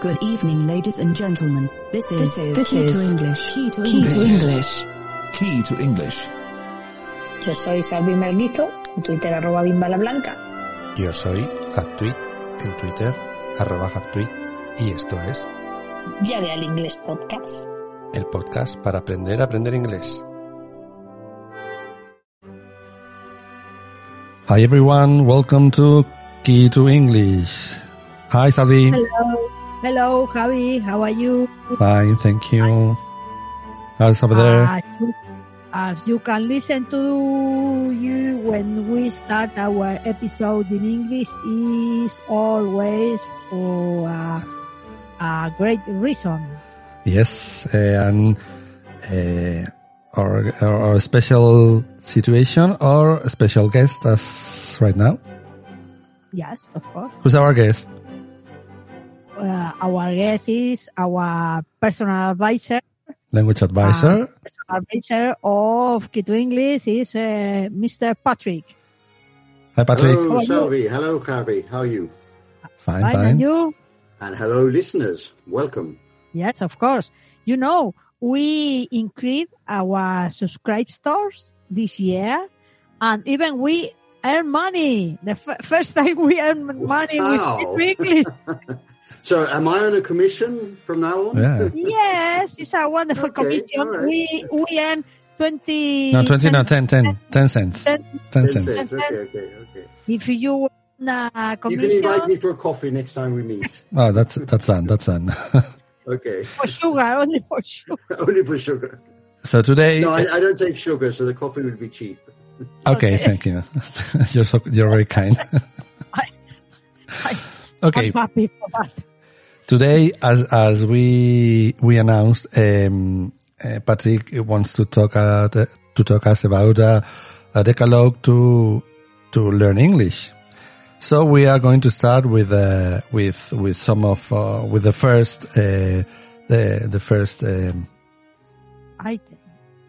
Good evening, ladies and gentlemen. This is, is- the this key to is English. Key to Key to English. Key to English. Yo soy Salvi Merguizo, en Twitter arroba bimbalablanca. Yo soy HapTweet en Twitter, arroba HapTweet, y esto es Llave al inglés podcast. el podcast para aprender a aprender inglés. Hi everyone, welcome to Key to English. Hi Sally. Hello. Hello, Javi. How are you? Fine, thank you. How's over there? As you, as you can listen to you when we start our episode in English is always for uh, a great reason. Yes, eh, and eh, our, our, our special situation or special guest as right now. Yes, of course. Who's our guest? Uh, our guest is our personal advisor. Language advisor. Personal advisor of Key to English is uh, Mr. Patrick. Hi Patrick. Hello, How are you? Salvi. Hello, Javi. How are you? Fine, Fine, fine. and you? And hello, listeners. Welcome. Yes, of course. You know, we increased our subscribers this year and even we earn money. The f- first time we earn money Wow. with Speak to English. So, am I on a commission from now on? Yeah. yes, it's a wonderful Okay, commission. all right. We we earn 20 No, 20, no, cents. 10, 10, 10 cents. Ten 10 Ten cents. cents. Okay, okay, okay. If you want a You can invite commission me for a coffee next time we meet. Oh, that's, that's done, that's done. Okay. for sugar, only for sugar. Only for sugar. so today, eh, No, I, I don't take sugar, so the coffee would be cheap. okay, okay. thank you. you're so, you're very kind. I- okay, I'm happy for that. today, as, as we, we announced, um, uh, Patrick wants to talk, uh, to talk us about uh, a decalogue to, to learn English. So we are going to start with uh, with with some of uh, with the first uh, the the first um, I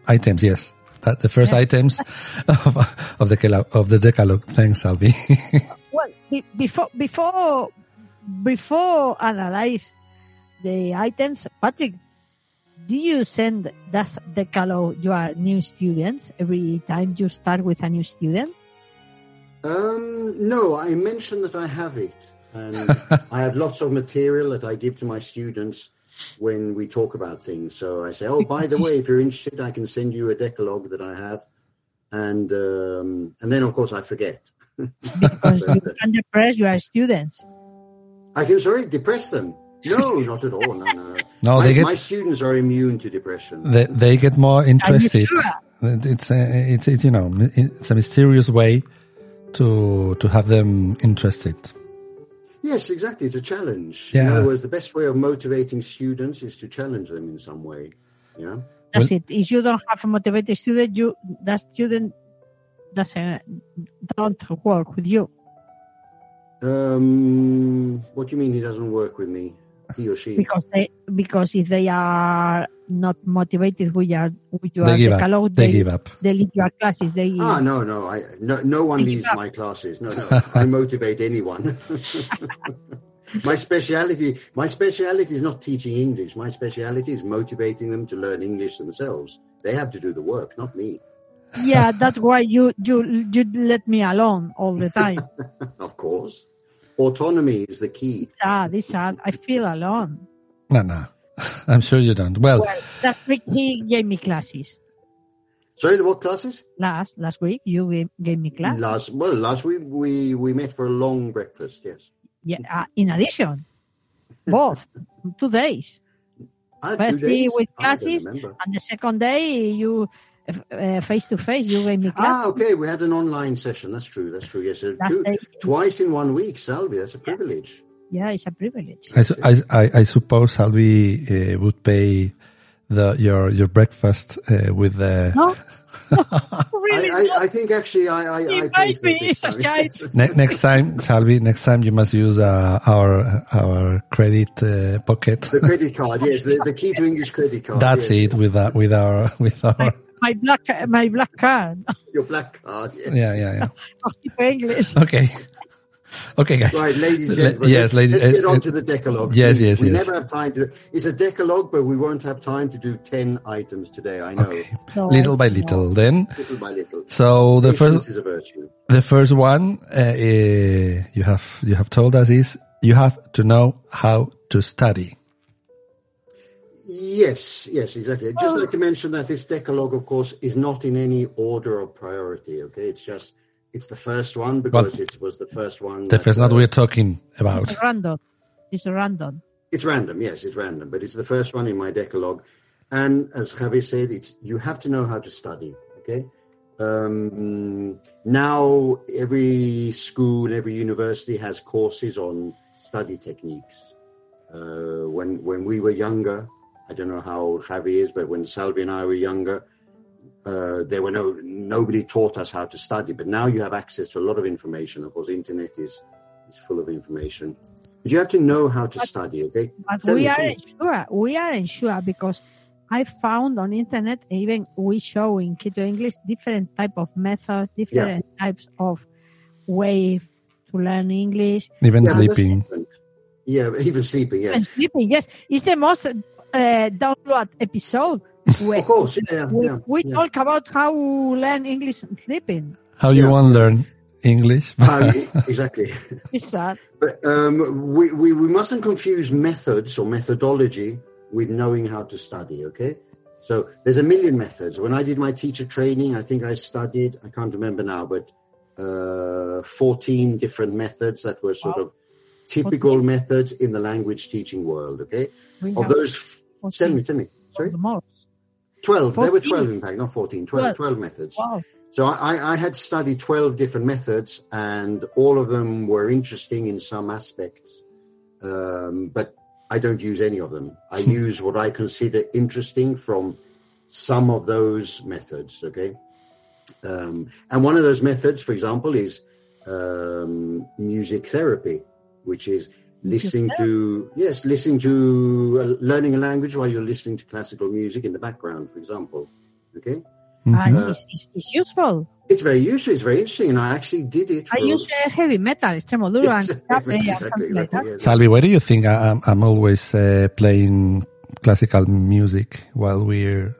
items. Yes, that the first Yes. items of, of the cala- of the decalogue. Thanks, Albi. Well, be, before before before analyze the items, Patrick, do you send that's the color your new students every time you start with a new student? Um, no, I mentioned that I have it. And I have lots of material that I give to my students when we talk about things. So I say, oh, by the way, if you're interested, I can send you a decalogue that I have. And um, and then, of course, I forget. Because you can depress your students. I can sorry depress them. No, not at all. No, no. no, no. my, Oh, they my get students are immune to depression. they, they get more Are you interested. sure? It's a, it's it's you know it's a mysterious way to to have them interested. yes, exactly. It's a challenge. In Yeah. other words, the best way of motivating students is to challenge them in some way. Yeah. That's it. If you don't have a motivated student, you that student doesn't don't work with you. Um, what do you mean he doesn't work with me? He or she? because they because if they are not motivated with your with your They give up. decalogue, They they, give up. they leave your classes. They Ah, no, no. I no, no one Pick it leaves up. my classes. No, no. I motivate anyone. my speciality, my speciality is not teaching English. My speciality is motivating them to learn English themselves. They have to do the work, not me. yeah, that's why you you you let me alone all the time. Of course. Autonomy is the key. It's sad. It's sad. I feel alone. No, no, I'm sure you don't. Well, Well, last week he gave me classes. Sorry, what classes? Last last week you gave, gave me class. Last well, last week we we met for a long breakfast. Yes, Yeah. uh, in addition, both two days. I had First Ah, two day days. with I don't classes remember. and the second day you uh, face to face you gave me class. Ah, okay. We had an online session. That's true. That's true. Yes, so Last two, day, twice in one week, Salvi. That's a privilege. yeah, it's a privilege. I, su- I, I, I suppose Albi uh, would pay the your your breakfast uh, with the No, really I, I, I think actually I I, I paid Invite for me, it's this a time. guide. Ne- next time, Salvi, next time you must use uh, our our credit uh, pocket. The credit card. Yes, the, the key to English credit card. That's it yes. with that with our with our my black my black card. Your black card. Yes. yeah yeah yeah. English. Okay, Okay, guys. Right, ladies and Le- gentlemen. yes, let's- ladies- Let's it- get on it- to the Decalogue. Yes, We- yes, We yes. never have time to. It's a Decalogue, but we won't have time to do 10 items today, I know. Okay. No, little by no. little, then. Little by little. So the Patience first, is a virtue. the first one uh, eh, you have you have told us is you have to know how to study. Yes, yes, exactly. Just like you mentioned that this Decalogue, of course, is not in any order of priority, okay? It's just. It's the first one because it was the first one. The that, first that uh, we're talking about. It's random. It's random. It's random, yes, it's random, but it's the first one in my Decalogue. And as Javi said, it's you have to know how to study. Okay. Um, now every school and every university has courses on study techniques. Uh, when when we were younger, I don't know how old Javi is, but when Salvi and I were younger, uh, there were no nobody taught us how to study. But now you have access to a lot of information. Of course, internet is is full of information. But you have to know how to study. Okay. But Tell we me, tell me. aren't sure. We aren't sure because I found on internet even we show in Keto English different type of methods, different types of way to learn English. Even Yeah, that's sleeping. different. Yeah, even sleeping. Yeah, And sleeping, yes, it's the most uh, download episode where of course. Yeah, we, yeah, we yeah. talk about how learn English and sleeping. How you Yeah. won't learn English. Uh, exactly. It's sad. But um, we, we we mustn't confuse methods or methodology with knowing how to study. Okay. So there's a million methods. When I did my teacher training, I think I studied. I can't remember now, but uh, 14 different methods that were sort Wow. of typical methods in the language teaching world. Okay. We Of have those, f- tell me, tell me. Sorry, the most. 12. There 14. were 12 in fact, not 14. 12, 12 methods. Wow. So I, I- I had studied 12 different methods, and all of them were interesting in some aspects. Um, but I don't use any of them. I use what I consider interesting from some of those methods. Okay. Um, and one of those methods, for example, is um, music therapy, which is listening to yes, listening to uh, learning a language while you're listening to classical music in the background, for example. Okay. Mm-hmm. Ah, Mhm. it's, it's- it's- it's useful. It's very useful. It's very interesting, and I actually did it. I for- use uh, heavy metal, Extremoduro, and Exactly, Cafe and exactly, something like that. exactly, yes. Salvi, why do you think I, I'm, I'm always uh, playing classical music while we're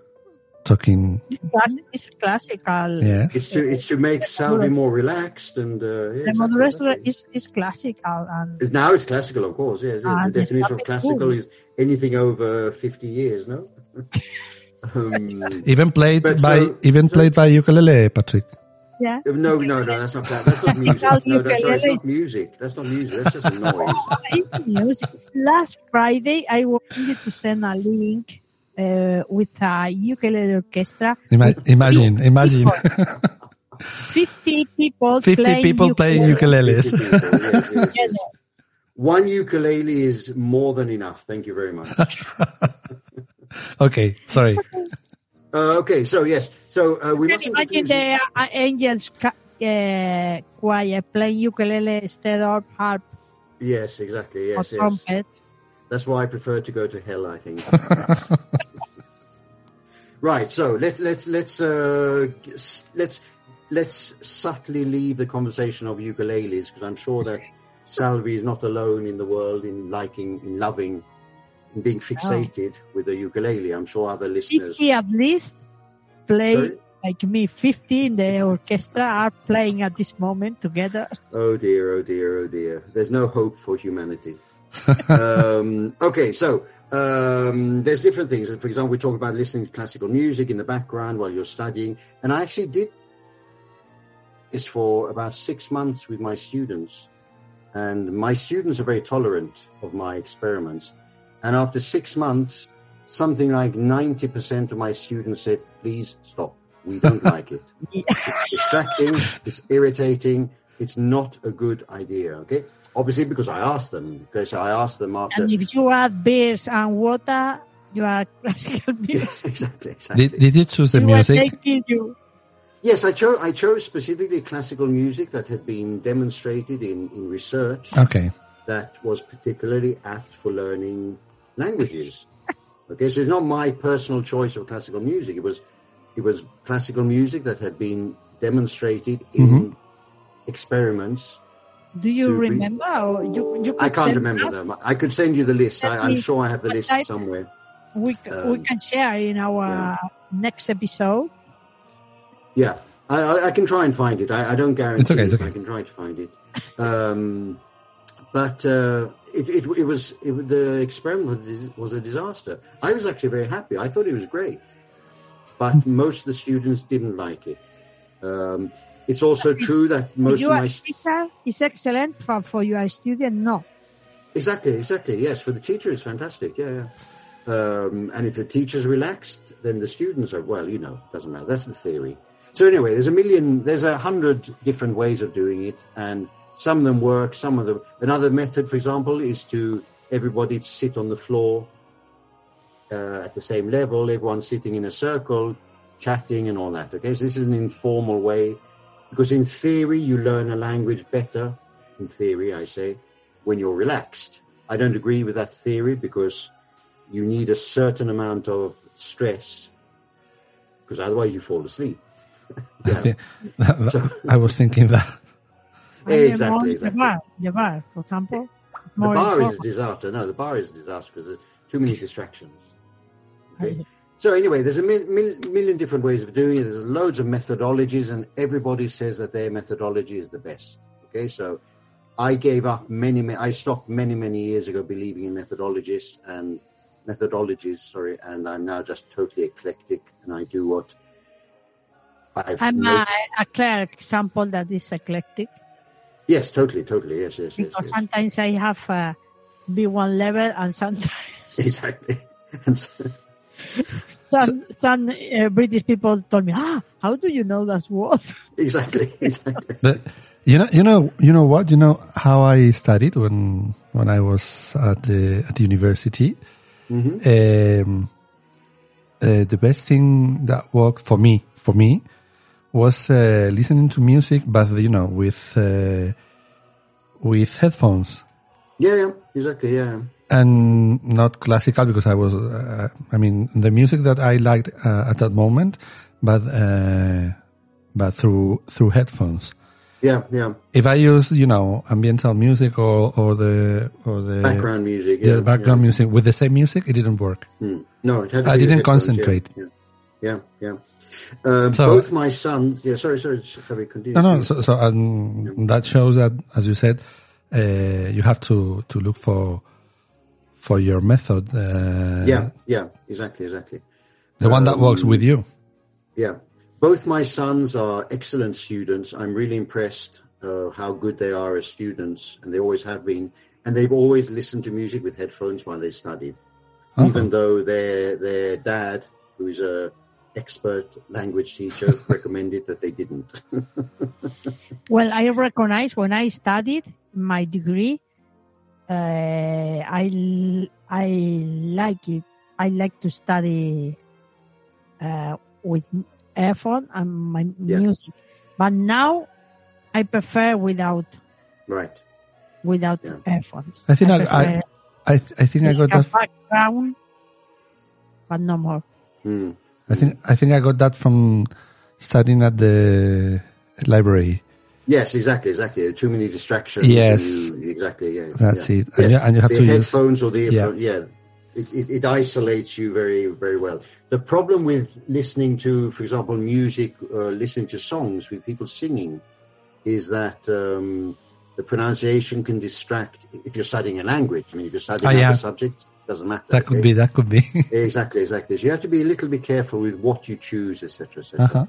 talking? It's, class, it's classical. Yes. It's to it's to make Salvi more relaxed and. Uh, yeah, The exactly, Modulus exactly. is, is classical and It's- now it's classical, of course. Yes, yes. Ah, the yes, definition of that's classical cool. is anything over fifty years. No. um, even played But by so- even so- played by ukulele, Patrick. yeah. no, no, no. That's not that. That's not music. Classical No, that's sorry, it's ukulele not is- music. That's not music. That's just a noise. It's music. Last Friday, I wanted to send a link uh, with a ukulele orchestra. Ima- with imagine, imagine, fifty people. fifty playing people playing ukulele. ukuleles. Yes, yes, yes. One ukulele is more than enough. Thank you very much. okay, sorry. Uh, okay, so yes, so uh, we Can you mustn't imagine confuse the uh, angels ca- uh, choir playing ukulele instead of harp Yes, exactly. or Yes, yes. trumpet? That's why I prefer to go to hell. I think. right. So let's let's let's uh, g- s- let's let's subtly leave the conversation of ukuleles because I'm sure that Salvi is not alone in the world in liking, in loving, in being fixated with the ukulele. I'm sure other listeners. Fifty at least play. Sorry? like me, 50 in the orchestra are playing at this moment together. Oh dear, oh dear, oh dear. There's no hope for humanity. um, okay, so um, there's different things. For example, we talk about listening to classical music in the background while you're studying. And I actually did this for about six months with my students. And my students are very tolerant of my experiments. And after six months, something like 90% of my students said, please stop. We don't like it. It's distracting. It's irritating. It's not a good idea. Okay. Obviously, because I asked them, because I asked them after. And if you add beers and water, you are classical music. exactly. Exactly. Did, did you choose the You are music? taking you. yes, I chose. I chose specifically classical music that had been demonstrated in in research Okay. that was particularly apt for learning languages. okay, so it's not my personal choice of classical music. It was it was classical music that had been demonstrated in experiments Do you To read- remember? Or you, you I could can't send remember us- them. I could send you the list. I, Let I'm me- sure I have the I list type- somewhere. We, c- we Um, can share in our yeah. next episode. Yeah, I, I, I can try and find it. I, I don't guarantee. It's okay, it's it, okay. I can try to find it. Um, but uh, it, it, it was it, was- the experiment was- was a disaster. I was actually very happy. I thought it was great, but most of the students didn't like it. Um, it's also true that most of your my teacher is excellent for, for your student. No, Exactly, exactly. Yes, for the teacher, it's fantastic. Yeah, yeah. Um, and if the teacher's relaxed, then the students are well. You know, doesn't matter. That's the theory. So anyway, there's a million, there's a hundred different ways of doing it, and some of them work. Some of them. Another method, for example, is to everybody to sit on the floor uh, at the same level. Everyone sitting in a circle, chatting and all that. Okay, so this is an informal way, because in theory, you learn a language better. In theory, I say when you're relaxed. I don't agree with that theory because you need a certain amount of stress because otherwise you fall asleep. I, Yeah. think, that- So- I was thinking that. I am Exactly, on The exactly. bar, the bar, for example. the More bar is a informal. disaster. No, the bar is a disaster because there's too many distractions. Okay. Okay. So anyway, there's a mil- mil- million different ways of doing it. There's loads of methodologies, and everybody says that their methodology is the best. Okay, so I gave up many. ma- I stopped many many years ago believing in methodologists and methodologies. Sorry, and I'm now just totally eclectic, and I do what I've. I'm uh, no- a, a clear example that is eclectic yes, totally, totally. Yes, yes, yes. because yes. sometimes I have a B1 level and sometimes Exactly. And so- some some uh, British people told me, "Ah, how do you know that word?" exactly. Exactly. But you know, you know, you know what? You know how I studied when when I was at the at the university. hmm um, uh, the best thing that worked for me for me was uh, listening to music, but you know, with uh, with headphones Yeah, yeah. Exactly. Yeah. and not classical because I was, uh, I mean, the music that I liked uh, at that moment, but uh, but through through headphones. Yeah. Yeah. If I use, you know, ambiental music or, or the or the background music. yeah, yeah, background yeah. music with the same music, it didn't work. Mm. No, it had. To I be the didn't headphones, concentrate. Yeah, yeah, yeah. yeah. Um, So- both my sons. Yeah, sorry, sorry. Sorry, continue. No, no. So, so um, that shows that, as you said, uh, you have to to look for for your method. Uh, yeah, Um, yeah, exactly, exactly. the one that works with you. Yeah, both my sons are excellent students. I'm really impressed uh, how good they are as students, and they always have been. And they've always listened to music with headphones while they studied, even though their their dad, who is a expert language teacher, recommended that they didn't. Well, I recognize when I studied my degree, uh, I l- I like it. I like to study uh, with earphone and my Yeah. music, but now I prefer without right. without Yeah. earphones. I think I- prefer I th- I think I got like a that. background, but no more. Mm. I think I think I got that from studying at the library. Yes, exactly, exactly. There are Too many distractions. Yes. and you- exactly. Yeah, That's yeah. it. And, Yes, you, and you have the to use. headphones or the Yeah. earphone- yeah, It, it, it isolates you very very well. The problem with listening to, for example, music, uh, listening to songs with people singing, is that um, the pronunciation can distract. If you're studying a language, I mean, if you're studying Ah, another yeah. subject, doesn't matter. That could okay? be. That could be. exactly exactly. So you have to be a little bit careful with what you choose, etc. etc. uh-huh.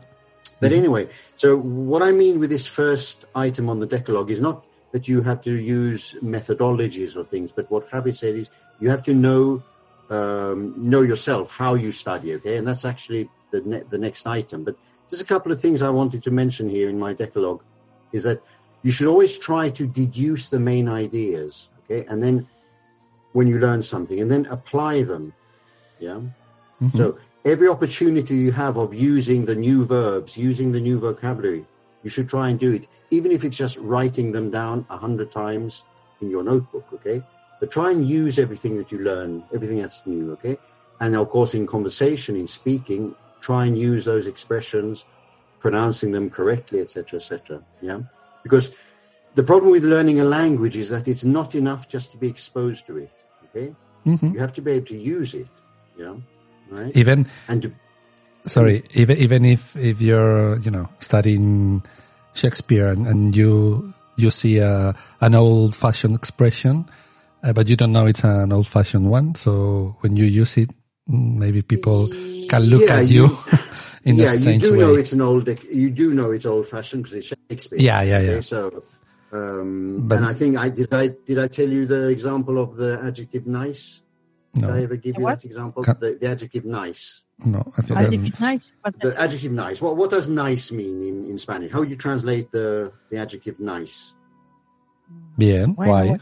But anyway, so what I mean with this first item on the Decalogue is not that you have to use methodologies or things, but what Javi said is you have to know um, know yourself how you study. Okay, and that's actually the ne- the next item. But there's a couple of things I wanted to mention here in my Decalogue is that you should always try to deduce the main ideas. Okay, and then when you learn something, and then apply them. Yeah. Mhm. So every opportunity you have of using the new verbs, using the new vocabulary, you should try and do it, even if it's just writing them down a hundred times in your notebook, okay? But try and use everything that you learn, everything that's new, okay? And of course, in conversation, in speaking, try and use those expressions, pronouncing them correctly, etc., etc. Yeah, because the problem with learning a language is that it's not enough just to be exposed to it. Okay, Mhm. you have to be able to use it. You know, right? Even and to sorry, even even if if you're you know studying Shakespeare and, and you you see a, an old fashioned expression, uh, but you don't know it's an old fashioned one. So when you use it, mm, maybe people can look Yeah, at you, you- in a yeah, you strange do way. know it's an old. You do know it's old fashioned because it's Shakespeare. Yeah, yeah, yeah. so, um, But- and I think I did. I did. I tell you the example of the adjective nice. Did no, I ever The give you what? that example? Ca- The, the adjective nice. no, I think I think I'm- it's nice, but Um, The adjective nice. What what does nice mean in, in Spanish? How would you translate the the adjective nice? bien. Bueno, Why?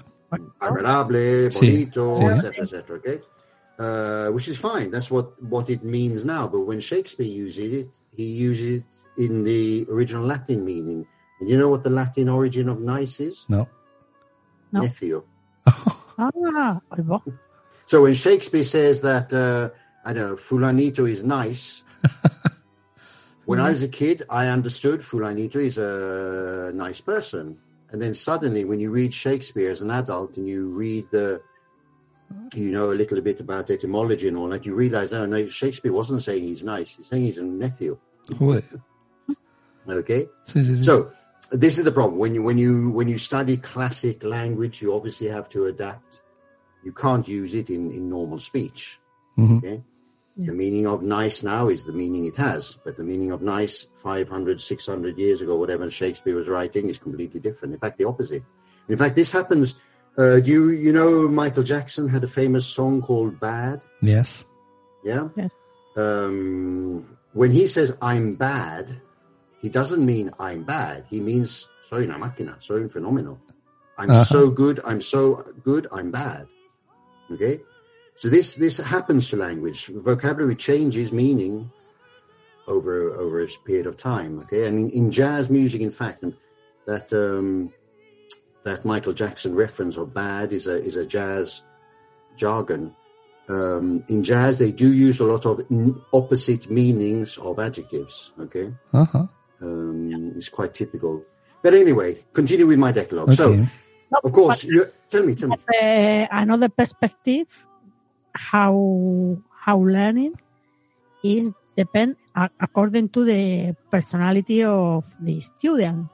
Agradable, Sí, sí. bonito, etc. etc. Okay, uh, which is fine. That's what what it means now. But when Shakespeare uses it, he uses it in the original Latin meaning. And you know what the Latin origin of nice is? No. No. Nephew. ah, ahí va. So when Shakespeare says that, uh, I don't know, Fulanito is nice, when I was a kid, I understood Fulanito is a nice person. And then suddenly, when you read Shakespeare as an adult and you read the, you know, a little bit about etymology and all that, you realize, oh, no, Shakespeare wasn't saying he's nice. He's saying he's a nephew. Joder. Okay? Sí, sí, sí. So this is the problem when you when you when you study classic language, you obviously have to adapt. You can't use it in in normal speech. Mhm. Okay. The meaning of nice now is the meaning it has, but the meaning of nice 500, 600 years ago, whatever Shakespeare was writing, is completely different. In fact, the opposite. In fact, this happens. Uh, do you you know Michael Jackson had a famous song called "Bad"? Yes. Yeah. Yes. Um, when he says I'm bad, he doesn't mean I'm bad. He means soy una máquina, soy un fenómeno. I'm Uh-huh. so good, I'm so good, I'm bad. Okay? So this this happens to language. Vocabulary changes meaning over over a period of time. Okay, and in, in jazz music, in fact, and that um, that Michael Jackson reference or bad is a is a jazz jargon. Um, in jazz, they do use a lot of n- opposite meanings of adjectives. Okay, Uh huh. um, it's quite typical. But anyway, continue with my decalogue. So, Okay. No, of course, you, tell me, tell me. but, uh, another perspective, how how learning is depend a- according to the personality of the student.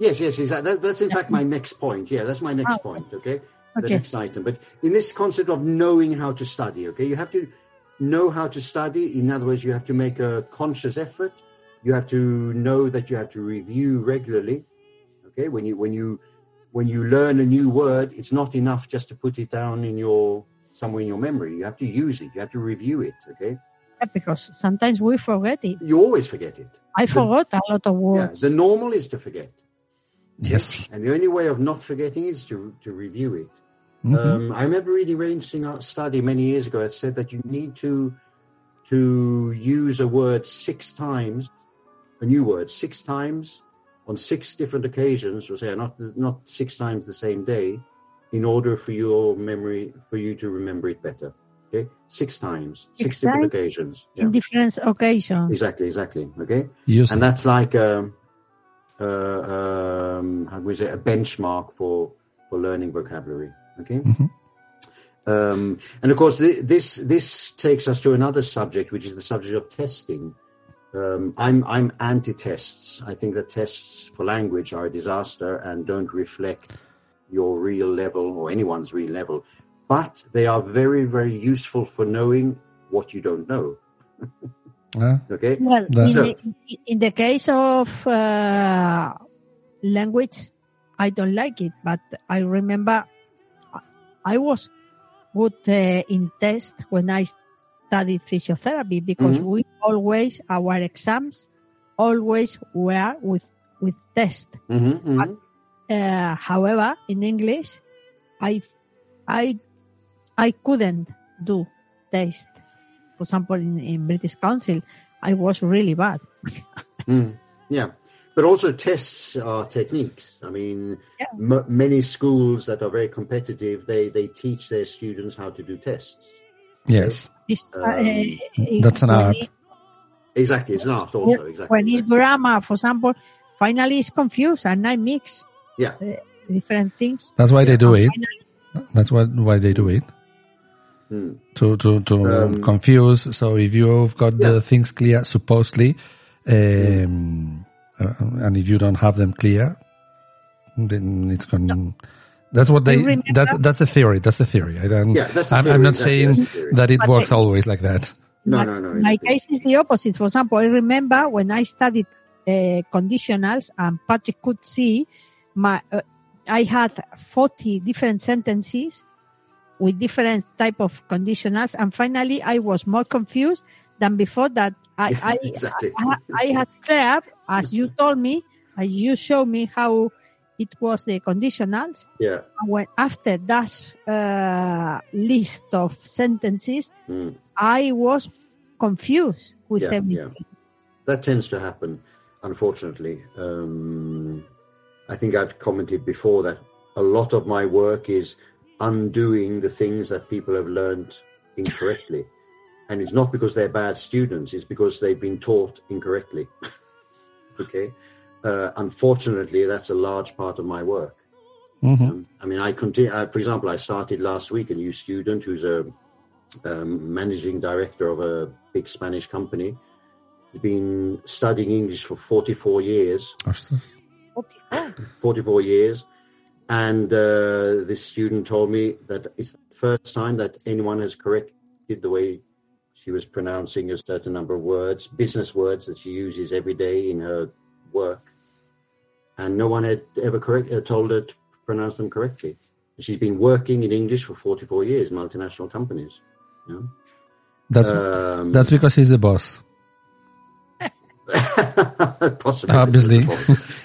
Yes, yes, yes. That, that- that's in That's fact my next point. Yeah, that's my next Oh, point. Okay. The Okay. next item. But in this concept of knowing how to study, okay, you have to know how to study. In other words, you have to make a conscious effort. You have to know that you have to review regularly. Okay. When you, when you, when you learn a new word, it's not enough just to put it down in your, somewhere in your memory. You have to use it. You have to review it. Okay. Yeah, because sometimes we forget it. You always forget it. I forgot a lot of Yeah. words. The normal is to forget. Yes. And the only way of not forgetting is to, to review it. Mhm. Um, I remember reading Ranging Out study many years ago. It said that you need to to use a word six times, a new word six times on six different occasions, or say not not six times the same day, in order for your memory for you to remember it better. Okay, six times, six, Six different times? occasions. Yeah, in different occasions. exactly, exactly. Okay, Use and it. that's like um, uh, um, how can we say a benchmark for for learning vocabulary. Okay. Mhm. Um, and of course, th- this this takes us to another subject, which is the subject of testing. Um, I'm I'm anti-tests. I think that tests for language are a disaster and don't reflect your real level or anyone's real level. But they are very very useful for knowing what you don't know. Ah, Okay. Well, in That's- the, in the case of uh, language, I don't like it, but I remember I- I was good uh, in test when I studied physiotherapy because Mhm. we always our exams always were with with test. hmm Uh, however, in English, I, I, I couldn't do test. For example, in, in British Council, I was really bad. Mm, yeah, but also tests are techniques. I mean, Yeah. m- many schools that are very competitive they they teach their students how to do tests. yes. This, uh, Um, eh, That's an when art. it- Exactly, it's an art also. Exactly. When it's grammar, for example, finally it's confused and I mix. eh, Yeah. different things. That's why they do And it. finally- That's what why they do it Hmm. to to to Um, confuse. So if you've got the things clear, supposedly, Hmm. um, uh, and if you don't have them clear, then it's going. to That's what they. You remember- That's that's the theory. That's the theory. I don't. Yeah, that's the I'm, I'm theory, not exactly, saying that's the theory. that it But works they- always like that. No, my, no, no. My it's- case is the opposite. For example, I remember when I studied uh, conditionals and Patrick could see my, uh, I had 40 different sentences with different type of conditionals. And finally, I was more confused than before that I, Yeah, I, exactly. I, I had clear up, as you told me, and you showed me how it was the conditionals. Yeah. When, after that uh, list of sentences, Mm. I was confused with Yeah, everything. That tends to happen, unfortunately. Um, I think I've commented before that a lot of my work is undoing the things that people have learned incorrectly. And it's not because they're bad students, it's because they've been taught incorrectly. okay? Uh, unfortunately, that's a large part of my work. hmm Um, I mean, I continue. I, for example, I started last week a new student who's a um, managing director of a big Spanish company. He's been studying English for 44 years. 44 years, and uh, this student told me that it's the first time that anyone has corrected the way she was pronouncing a certain number of words, business words that she uses every day in her work, and no one had ever correct, uh, told her to pronounce them correctly. She's been working in English for 44 years, multinational companies. you know. That's Um, that's because he's the boss. Possibly. Obviously.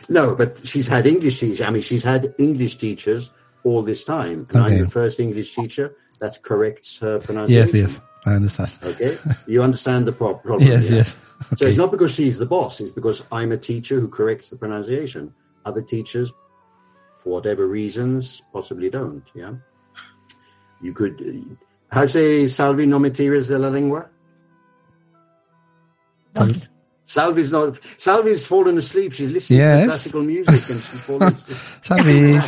no, but she's had English teachers. I mean, she's had English teachers all this time. And Okay. I'm the first English teacher that corrects her pronunciation. Yes, yes, I understand. Okay. You understand the prob- problem. Yes, yeah? yes. So Okay. it's not because she's the boss, it's because I'm a teacher who corrects the pronunciation. Other teachers, for whatever reasons, possibly don't. Yeah. You could. uh, How say salvi no materias de la lengua? Sal- Salvi's not. Salvi's fallen asleep. She's listening Yes. to classical music and she's fallen asleep. Salvi.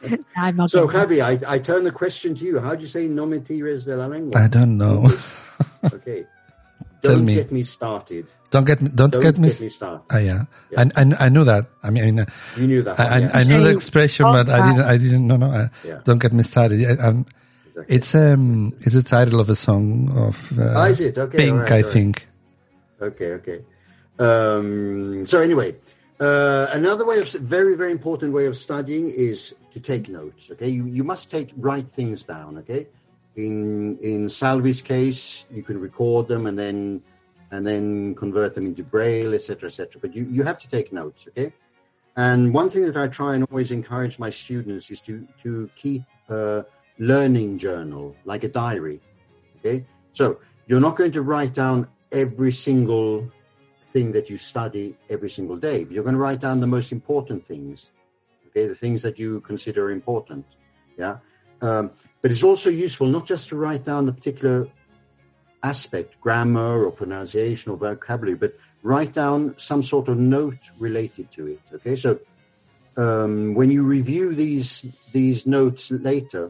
I'm not so, gonna- Javi, I, I turn the question to you. How do you say "no me tires de la lengua"? I don't know. Okay. Tell Don't me. get me started. Don't get me. Don't, Don't get me. started. Ah, yeah. I, I, I knew that. I mean, I, You knew that. I, one, yeah. I knew the Say expression, but I didn't. I didn't. No, no. I, Yeah. Don't get me started. I, um, Exactly. it's um, it's the title of a song of uh, Ah, is it? Okay, Pink, all right, I all right. think. Okay, okay. Um, so anyway, uh, another way of very very important way of studying is to take notes. Okay, you you must take write things down. Okay, in in Salvi's case, you can record them and then and then convert them into Braille, etc., etc. But you you have to take notes. Okay, and one thing that I try and always encourage my students is to to keep a learning journal like a diary. Okay, so you're not going to write down every single thing that you study every single day. You're going to write down the most important things, okay, the things that you consider important. Yeah. Um, but it's also useful not just to write down a particular aspect, grammar or pronunciation or vocabulary, but write down some sort of note related to it. Okay. So um, when you review these these notes later,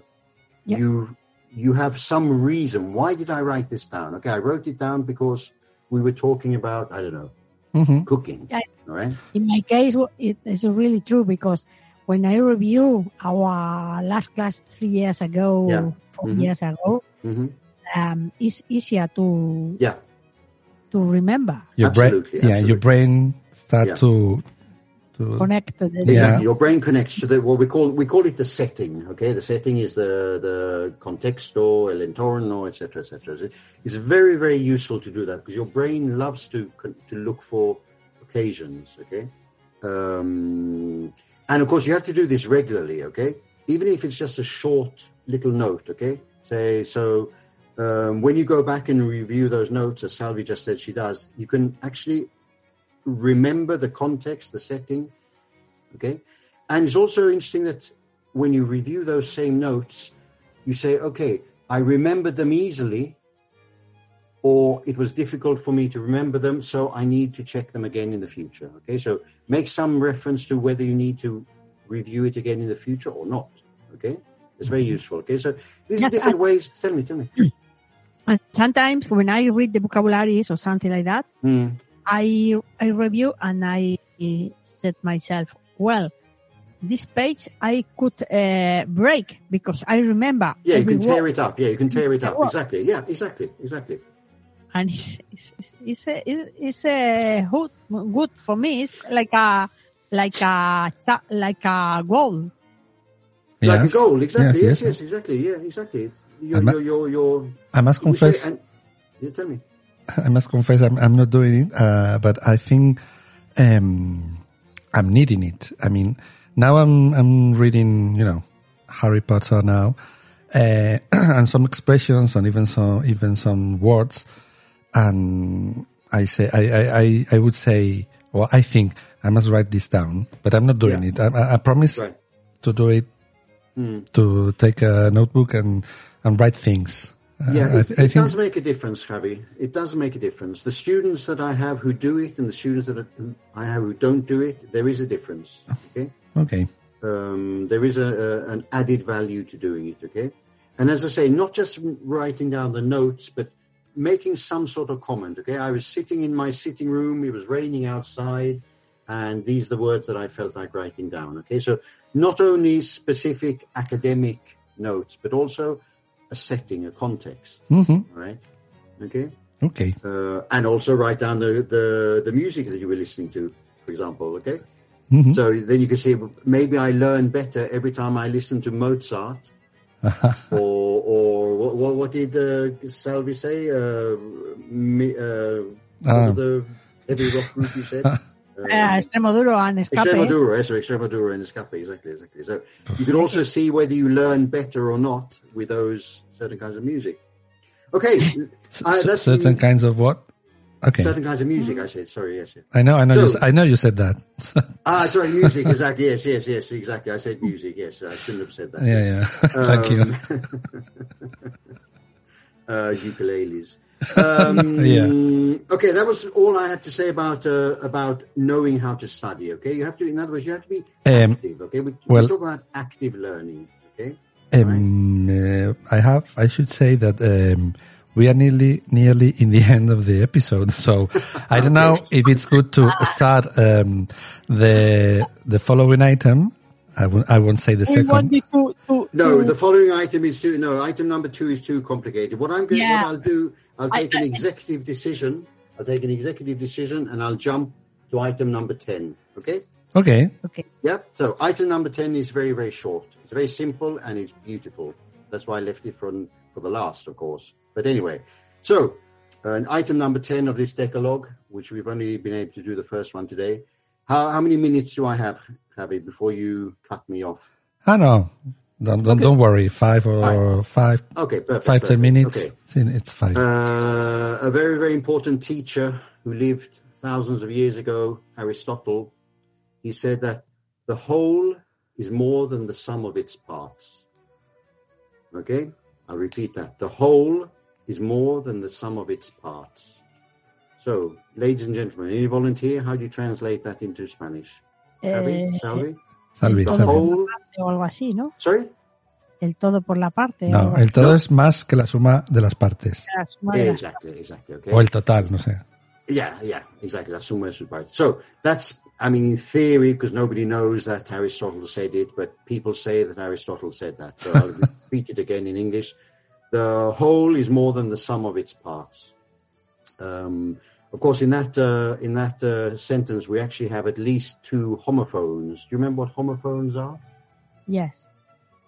Yeah. you you have some reason. Why did I write this down? Okay, I wrote it down because we were talking about I don't know hmm cooking. Yeah. All right. in my case, wa- it is really true because when I review our last class three years ago, Yeah. 4 Mhm. years ago, hmm um, it's easier to Yeah. to remember, Your brain. Absolutely, Yeah, your absolutely. brain start Yeah. to to connect the Yeah. Exactly. Your brain connects to the what we call we call it the setting. Okay, the setting is the the contexto, el entorno, etc., etc. It's very very useful to do that because your brain loves to con- to look for occasions. Okay, um, and of course you have to do this regularly. Okay, even if it's just a short little note. Okay, say so. Um, when you go back and review those notes, as Salvi just said she does, you can actually remember the context, the setting, okay and it's also interesting that when you review those same notes you say okay i remembered them easily or it was difficult for me to remember them so i need to check them again in the future okay so make some reference to whether you need to review it again in the future or not. Okay, it's very useful. Okay, so these are Yes, different ways. Tell me, tell me. And sometimes when I read the vocabularies or something like that, Hmm. I I review and I eh, said myself, well, this page I could uh, break because I remember. Yeah, you every can tear word. it up. Yeah, you can tear it up. Well- Exactly. Yeah, exactly, exactly. and it's it's it's, it's a it's, it's a hood- good for me. It's like a like a cha- like a goal. Like Yes. a goal. Exactly. Yes, Yes, yes, yes. exactly. Yeah, exactly. Your, And ma- your, your, your. I must you say- confess. and- yeah, tell me. I must confess, I'm, I'm not doing it, uh, but I think um, I'm needing it. I mean, now I'm I'm reading, you know, Harry Potter now, uh, and some expressions and even some even some words, and I say I I, I, I would say, well, I think I must write this down, but I'm not doing Yeah. it. I- I, I promise Right. to do it Mm. to take a notebook and and write things. Uh, Yeah, I, it, I it think does make a difference, Javi. It does make a difference. The students that I have who do it and the students that who I have who don't do it, there is a difference. Okay. okay. um, there is a, a, an added value to doing it. Okay, and as I say, not just writing down the notes, but making some sort of comment. Okay, I was sitting in my sitting room; it was raining outside, and these are the words that I felt like writing down. Okay, so not only specific academic notes, but also a setting, a context. hmm All right. Okay Okay. uh, and also write down the, the the music that you were listening to, for example. Okay, Mhm. so then you can see maybe I learn better every time I listen to Mozart, or or what what, what did uh, Salvi say? Uh, me, uh, what Ah. was the heavy rock group you said? Uh, Extremoduro and Escape. eh? Extremadura, yes, so Extremadura and Escape, exactly, exactly. So you can also see whether you learn better or not with those certain kinds of music. Okay, uh, C- I- c- that's- certain kinds of what? Okay, certain kinds of music. I said, sorry, yes, yes. I know, I know, you, So- s- I know you said that. Ah, sorry, music. Exactly. Yes, yes, yes. Exactly. I said music. Yes, I shouldn't have said that. yeah, yeah. Thank you. Uh, ukuleles. Um, Yeah. Okay, that was all I had to say about uh, about knowing how to study. Okay, you have to. In other words, you have to be Um, active. Okay, we, well- we talk about active learning. Okay. Um, uh, I have, I should say that um, we are nearly, nearly in the end of the episode. So I don't know if it's good to start um, the the following item. I won't, I won't say the We second. wanted to, Oh, to, No, to- the following item is too. No, item number two is too complicated. What I'm going, to Yeah. what I'll do, I'll I- take an executive decision. I'll take an executive decision, and I'll jump to item number ten. Okay. Okay, okay. Yep. So item number ten is very, very short. It's very simple and it's beautiful. That's why I left it for for the last, of course. But anyway, so uh, an item number ten of this decalogue, which we've only been able to do the first one today. How how many minutes do I have, Javi, before you cut me off? I know. Ah, Don't don't, don't worry. Five or five, Okay, perfect. five ten perfect. minutes. Okay. It's fine. Uh, a very, very important teacher who lived thousands of years ago, Aristotle, he said that the whole is more than the sum of its parts. Okay? I'll repeat that. The whole is more than the sum of its parts. So, ladies and gentlemen, any volunteer, how do you translate that into Spanish? Javi, Eh, Salvi? Salvi, The Salve. Salvi. whole. o algo así, ¿no? Sorry? El todo por la parte. o No, algo el así. todo No. es más que la suma de las partes. La suma de las- Exactly, exactly. Okay. O el total, no sé. Yeah, yeah, exactly. That's somewhere super. So that's, I mean, in theory, because nobody knows that Aristotle said it, but people say that Aristotle said that. So I'll repeat it again in English. The whole is more than the sum of its parts. Um, of course, in that uh, in that uh, sentence, we actually have at least two homophones. Do you remember what homophones are? Yes.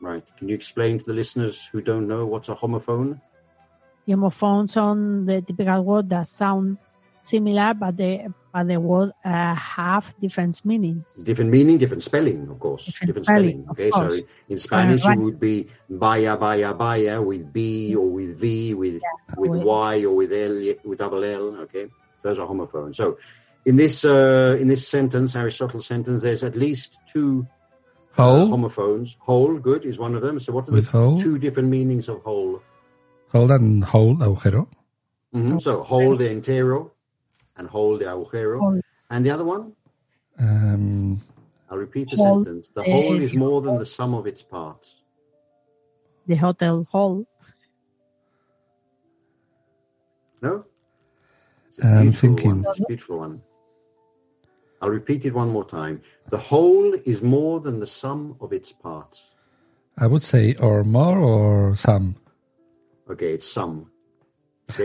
Right. Can you explain to the listeners who don't know what's a homophone? Homophones son the typical word that sound similar, but the but the word uh, have different meanings. Different meaning, different spelling, of Uh, course. Different Different, spelling, spelling. of Okay, course. so in Spanish right. it would be baya baya baya with B or with V with with with- Y or with L with double L. Okay, those are homophones. So in this uh, in this sentence, Aristotle's sentence, there's at least two uh, Whole, homophones. Whole, good, is one of them. So what are With the whole? two different meanings of whole? whole and whole, agujero. Mhm. So whole de entero and whole de agujero, Whole. and the other one. Um, I'll repeat the Well, sentence. The whole is more than the sum of its parts. The hotel hall. No? It's a Um, I'm beautiful thinking. One. It's a beautiful one. I'll repeat it one more time. The whole is more than the sum of its parts. I would say or more or some. Okay, it's sum.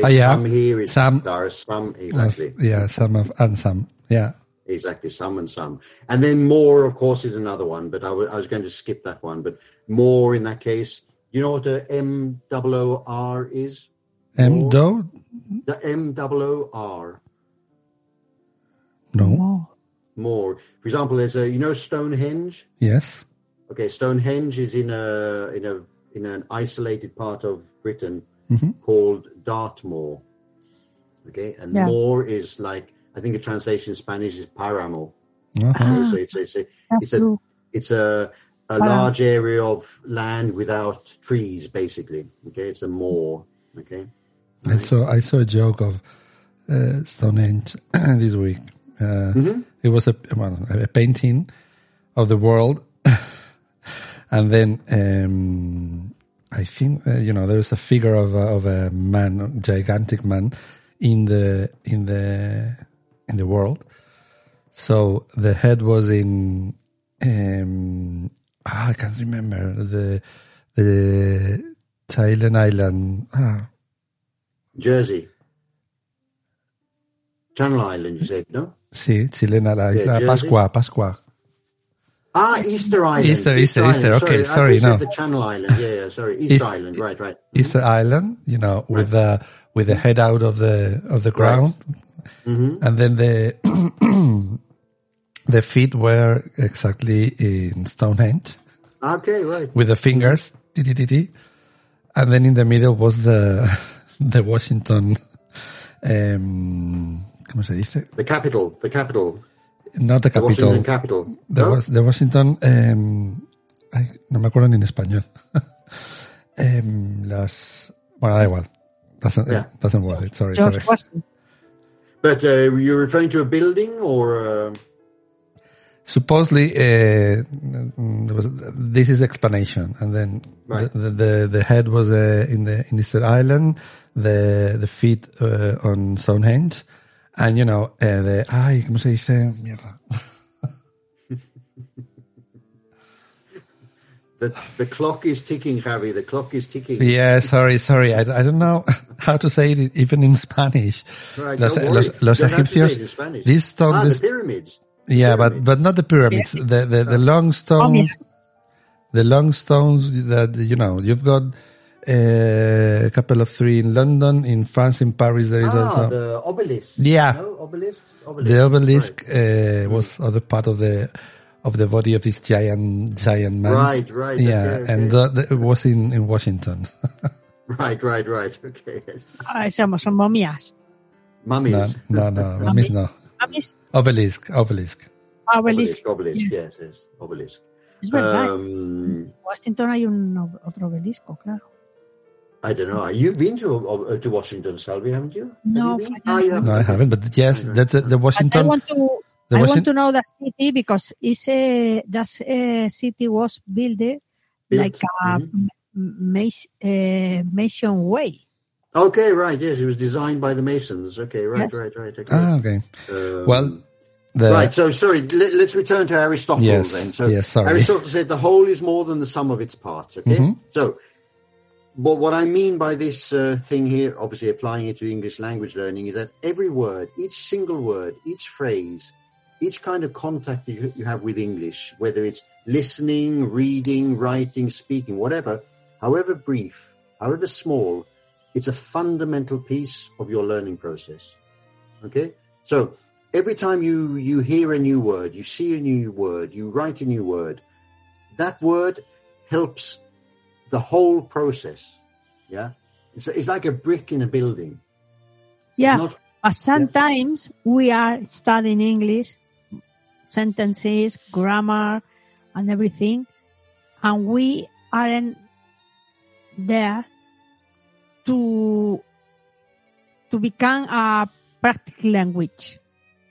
Ah, yeah. Sum here is Sum. Uh, there are some exactly. Yeah, some of and some. Yeah. Exactly, some and some. And then more, of course, is another one, but I wa- I was going to skip that one. But more in that case, you know what a M-double-O-R is? M More. though? The M-double-O-R, No. Oh, more. For example, there's a, you know Stonehenge? Yes. Okay, Stonehenge is in a, in a, in an isolated part of Britain Mhm. called Dartmoor. Okay, and Yeah. more is like, I think a translation in Spanish is paramo. Uh-huh. Okay, Ah. so it's, it's, a- that's It's a- true. it's a a Wow. large area of land without trees, basically. Okay, it's a moor. Okay, I saw I saw a joke of uh, Stonehenge this week. Uh, It was a well, a painting of the world, and then um, I think uh, you know there's a figure of a, of a man, a gigantic man, in the in the in the world. So the head was in um, ah, I can't remember the the Thailand island. Ah, Jersey, Channel Island. You said no. Sí, chilena la Yeah, isla Jersey. Mm-hmm. Pascua, Pascua. Ah, Easter Island. Easter, Easter, Easter. Island. Okay, I sorry, just said no. the Channel Island. Yeah, yeah. Sorry, Easter East- Island. Right, right. Easter Island, you know, with the with the head out of the of the ground, Mm-hmm. and then the the feet were exactly in Stonehenge Okay, right. with the fingers, ti, ti, ti, ti. and then in the middle was the the Washington, um, ¿cómo se dice? The capital. The capital. Not the The Washington capital. capital. The, No? Was- the Washington. em, ay, no me acuerdo ni en español. Em, las. Bueno, da igual. Doesn't, eh, Yeah. doesn't worth it. Sorry, George sorry. Washington. But uh, you're referring to a building or? Uh, Supposedly, eh, mm, there was, this is the explanation. And then Right. the, the, the head was uh, in the in Easter Island, the, the feet uh, on Stonehenge. And, you know, eh, the. Ay, ¿cómo se dice? Mierda. the, the clock is ticking, Javi. The clock is ticking. Yeah, sorry, sorry. I, I don't know how to say it even in Spanish. Right, los don't worry. los, los You don't have to say egipcios, it in Spanish. this stone, ah, this, the pyramids. Ah. yeah, but, pyramid. but not the pyramids, the, the, the long stones, yeah. the long stones that, you know, you've got uh, a couple of three in London, in France, in Paris, there is ah, also the, the obelisk. Yeah. No, obelisk. Obelisk. obelisk, uh, was other part of the, of the body of this giant, giant man. Right, right, Yeah. okay, And okay. the, the, it was in, in Washington. Right, right, right. Okay. Ah, somos, son momias. no, Mummies. no, no, mummies, no. Momias, Obelisk, obelisk. obelisco. Obelisk. Obelisk. Yes, yes. Obelisk. Es verdad. Um, en Washington hay un ob- otro obelisco, claro. I don't know. You've been to uh, to Washington, Salvi, haven't you? Have No, you been? I Ah, you haven't. No, I haven't, but yes, that's uh, the But I Washington. want to, the I Washington want to know the city because it's a, that uh, city was built, uh, Built, like uh, a mhm. mas- uh, Mason Way. Okay, right. Yes, it was designed by the Masons. Okay, right, Yes. right, right. Okay. Ah, okay. Um, Well, the, Right, so sorry, let, us return to Aristotle Yes, then. So yes, sorry. Aristotle said the whole is more than the sum of its parts, okay? Mhm. So, but what I mean by this uh, thing here, obviously applying it to English language learning, is that every word, each single word, each phrase, each kind of contact you, you have with English, whether it's listening, reading, writing, speaking, whatever, however brief, however small, it's a fundamental piece of your learning process. Okay? So every time you, you hear a new word, you see a new word, you write a new word, that word helps the whole process. Yeah? It's, it's like a brick in a building. Yeah, Not, but sometimes we are studying English, sentences, grammar, and everything, and we aren't there to to become a practical language.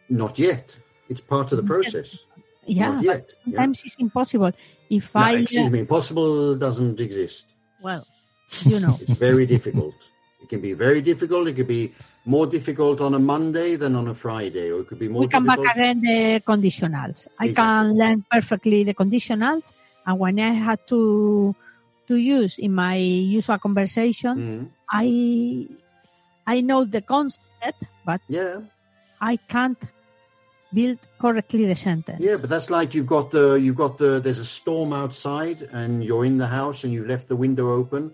not yet. It's part of the process. Yeah, Not yet. Yeah. sometimes it's impossible. If No, I excuse me, impossible doesn't exist. well, you know, It's very difficult. It can be very difficult. It could be more difficult on a Monday than on a Friday, or it could be more we can back difficult. again the conditionals. I can Exactly. learn perfectly the conditionals, and when I had to to use in my usual conversation, Mm, I I know the concept, but yeah, I can't build correctly the sentence. yeah, but that's like you've got the you've got the there's a storm outside and you're in the house and you've left the window open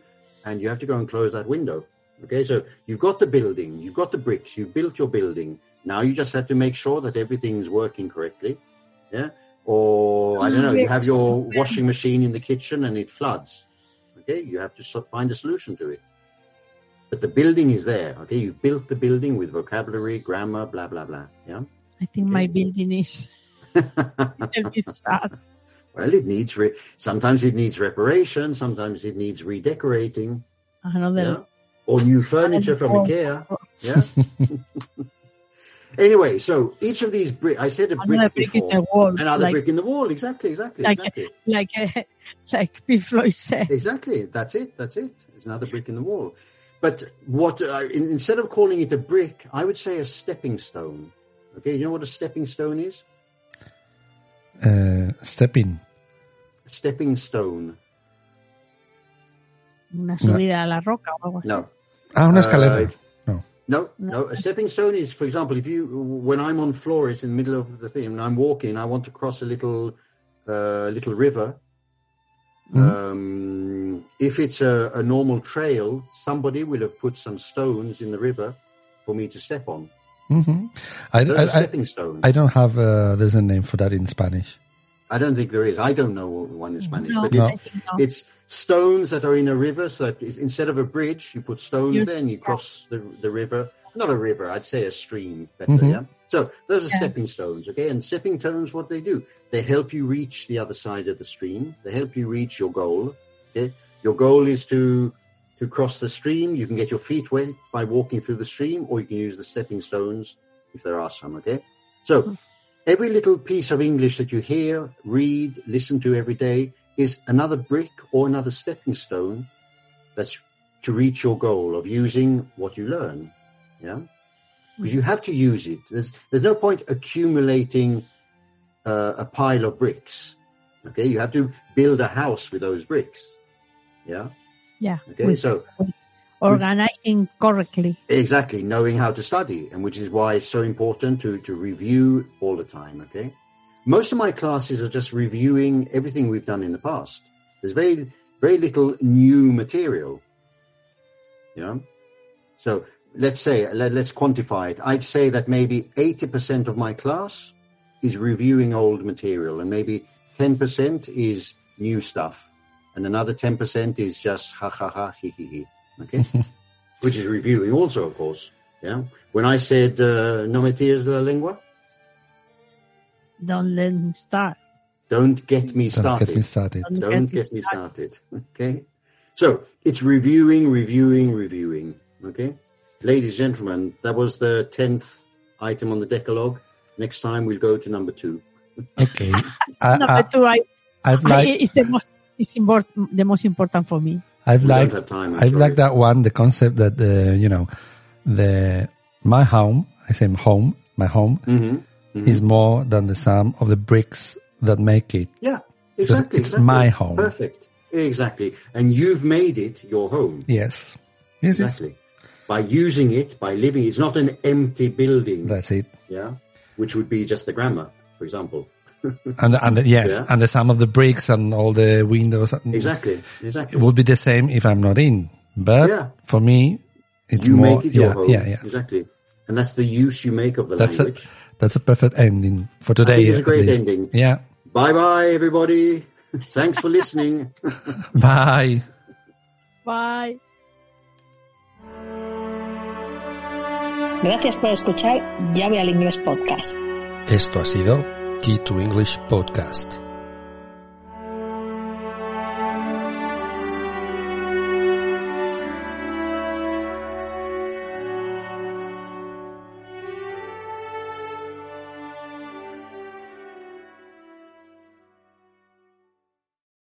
and you have to go and close that window. Okay, so you've got the building, you've got the bricks, you've built your building. Now you just have to make sure that everything's working correctly. Yeah, or I don't know, you have your washing machine in the kitchen and it floods. Okay, you have to so- find a solution to it. But the building is there. Okay, you've built the building with vocabulary, grammar, blah blah blah. Yeah. I think my building is a little bit sad. Well, it needs re- sometimes it needs reparation, sometimes it needs redecorating, yeah? Another or new furniture from Oh. IKEA. Yeah. anyway, so each of these brick, I said a another brick brick in before, the wall, another like brick in the wall. Exactly, exactly, Like- exactly, like uh, like Pink Floyd said. exactly. That's it. That's it. It's another brick in the wall. But what uh, in, instead of calling it a brick, I would say a stepping stone. Okay, you know what a stepping stone is? Uh, stepping. A stepping stone. Una subida a la roca o algo así. No, Ah, una Uh, escalera. No, no. A stepping stone is, for example, if you when I'm on Flores in the middle of the thing and I'm walking, I want to cross a little uh, little river. Mm-hmm. Um, if it's a, a normal trail, somebody will have put some stones in the river for me to step on. hmm I, They're a I, I, stepping stone. I don't have. Uh, there's a name for that in Spanish. I don't think there is. I don't know one in Spanish, No, but No. I it's think no. it's stones that are in a river. So that it's- instead of a bridge, you put stones You- there and you cross the, the river. Not a river, I'd say a stream. Better, Mhm. yeah. So those are Yeah. stepping stones, okay? And stepping stones, what they do, they help you reach the other side of the stream. They help you reach your goal. Okay, your goal is to to cross the stream. You can get your feet wet by walking through the stream, or you can use the stepping stones if there are some. Okay, so every little piece of English that you hear, read, listen to every day is another brick or another stepping stone that's to reach your goal of using what you learn. Yeah. Because you have to use it. There's, there's no point accumulating uh, a pile of bricks. Okay. You have to build a house with those bricks. Yeah. yeah, Okay. with- so with organizing correctly. Exactly, knowing how to study, and which is why it's so important to, to review all the time, okay? Most of my classes are just reviewing everything we've done in the past. There's very, very little new material, you know? So let's say, let, let's quantify it. I'd say that maybe 80% of my class is reviewing old material, and maybe 10% is new stuff, and another 10% is just ha ha ha, he he he, okay? which is reviewing also, of course. Yeah. When I said uh, no me tires de la lengua, Don't let them start. don't get me Don't started. get me started. Don't, Don't get me started. Okay. So it's reviewing, reviewing, reviewing. Okay. Ladies and gentlemen, that was the 10th item on the Decalogue. Next time we'll go to number two. Okay. I, Number I, two, I, I've I, liked. it's the most it's import, the most important for me. I've We liked. don't have time. I'm I sorry. like that one, the concept that the you know, the my home, I say home, my home Mhm. Mhm. Mm-hmm. is more than the sum of the bricks that make it. Yeah. Exactly. it's exactly. my home. Perfect. Exactly. And you've made it your home. Yes, yes, yes. Exactly. By using it, by living, it's not an empty building. that's it. yeah, which would be just the grammar, for example. And and the, yes, Yeah. and the sum of the bricks and all the windows. and- Exactly, it exactly. would be the same if I'm not in. But Yeah. for me, it's you more. make it yeah, your home. yeah, yeah. Exactly, and that's the use you make of the That's a language. that's a perfect ending for today. think it's a at great least. ending. Yeah. Bye, bye, everybody. Thanks for listening. Bye. Bye. Gracias por escuchar Llave al Inglés Podcast. Esto ha sido Key to English Podcast.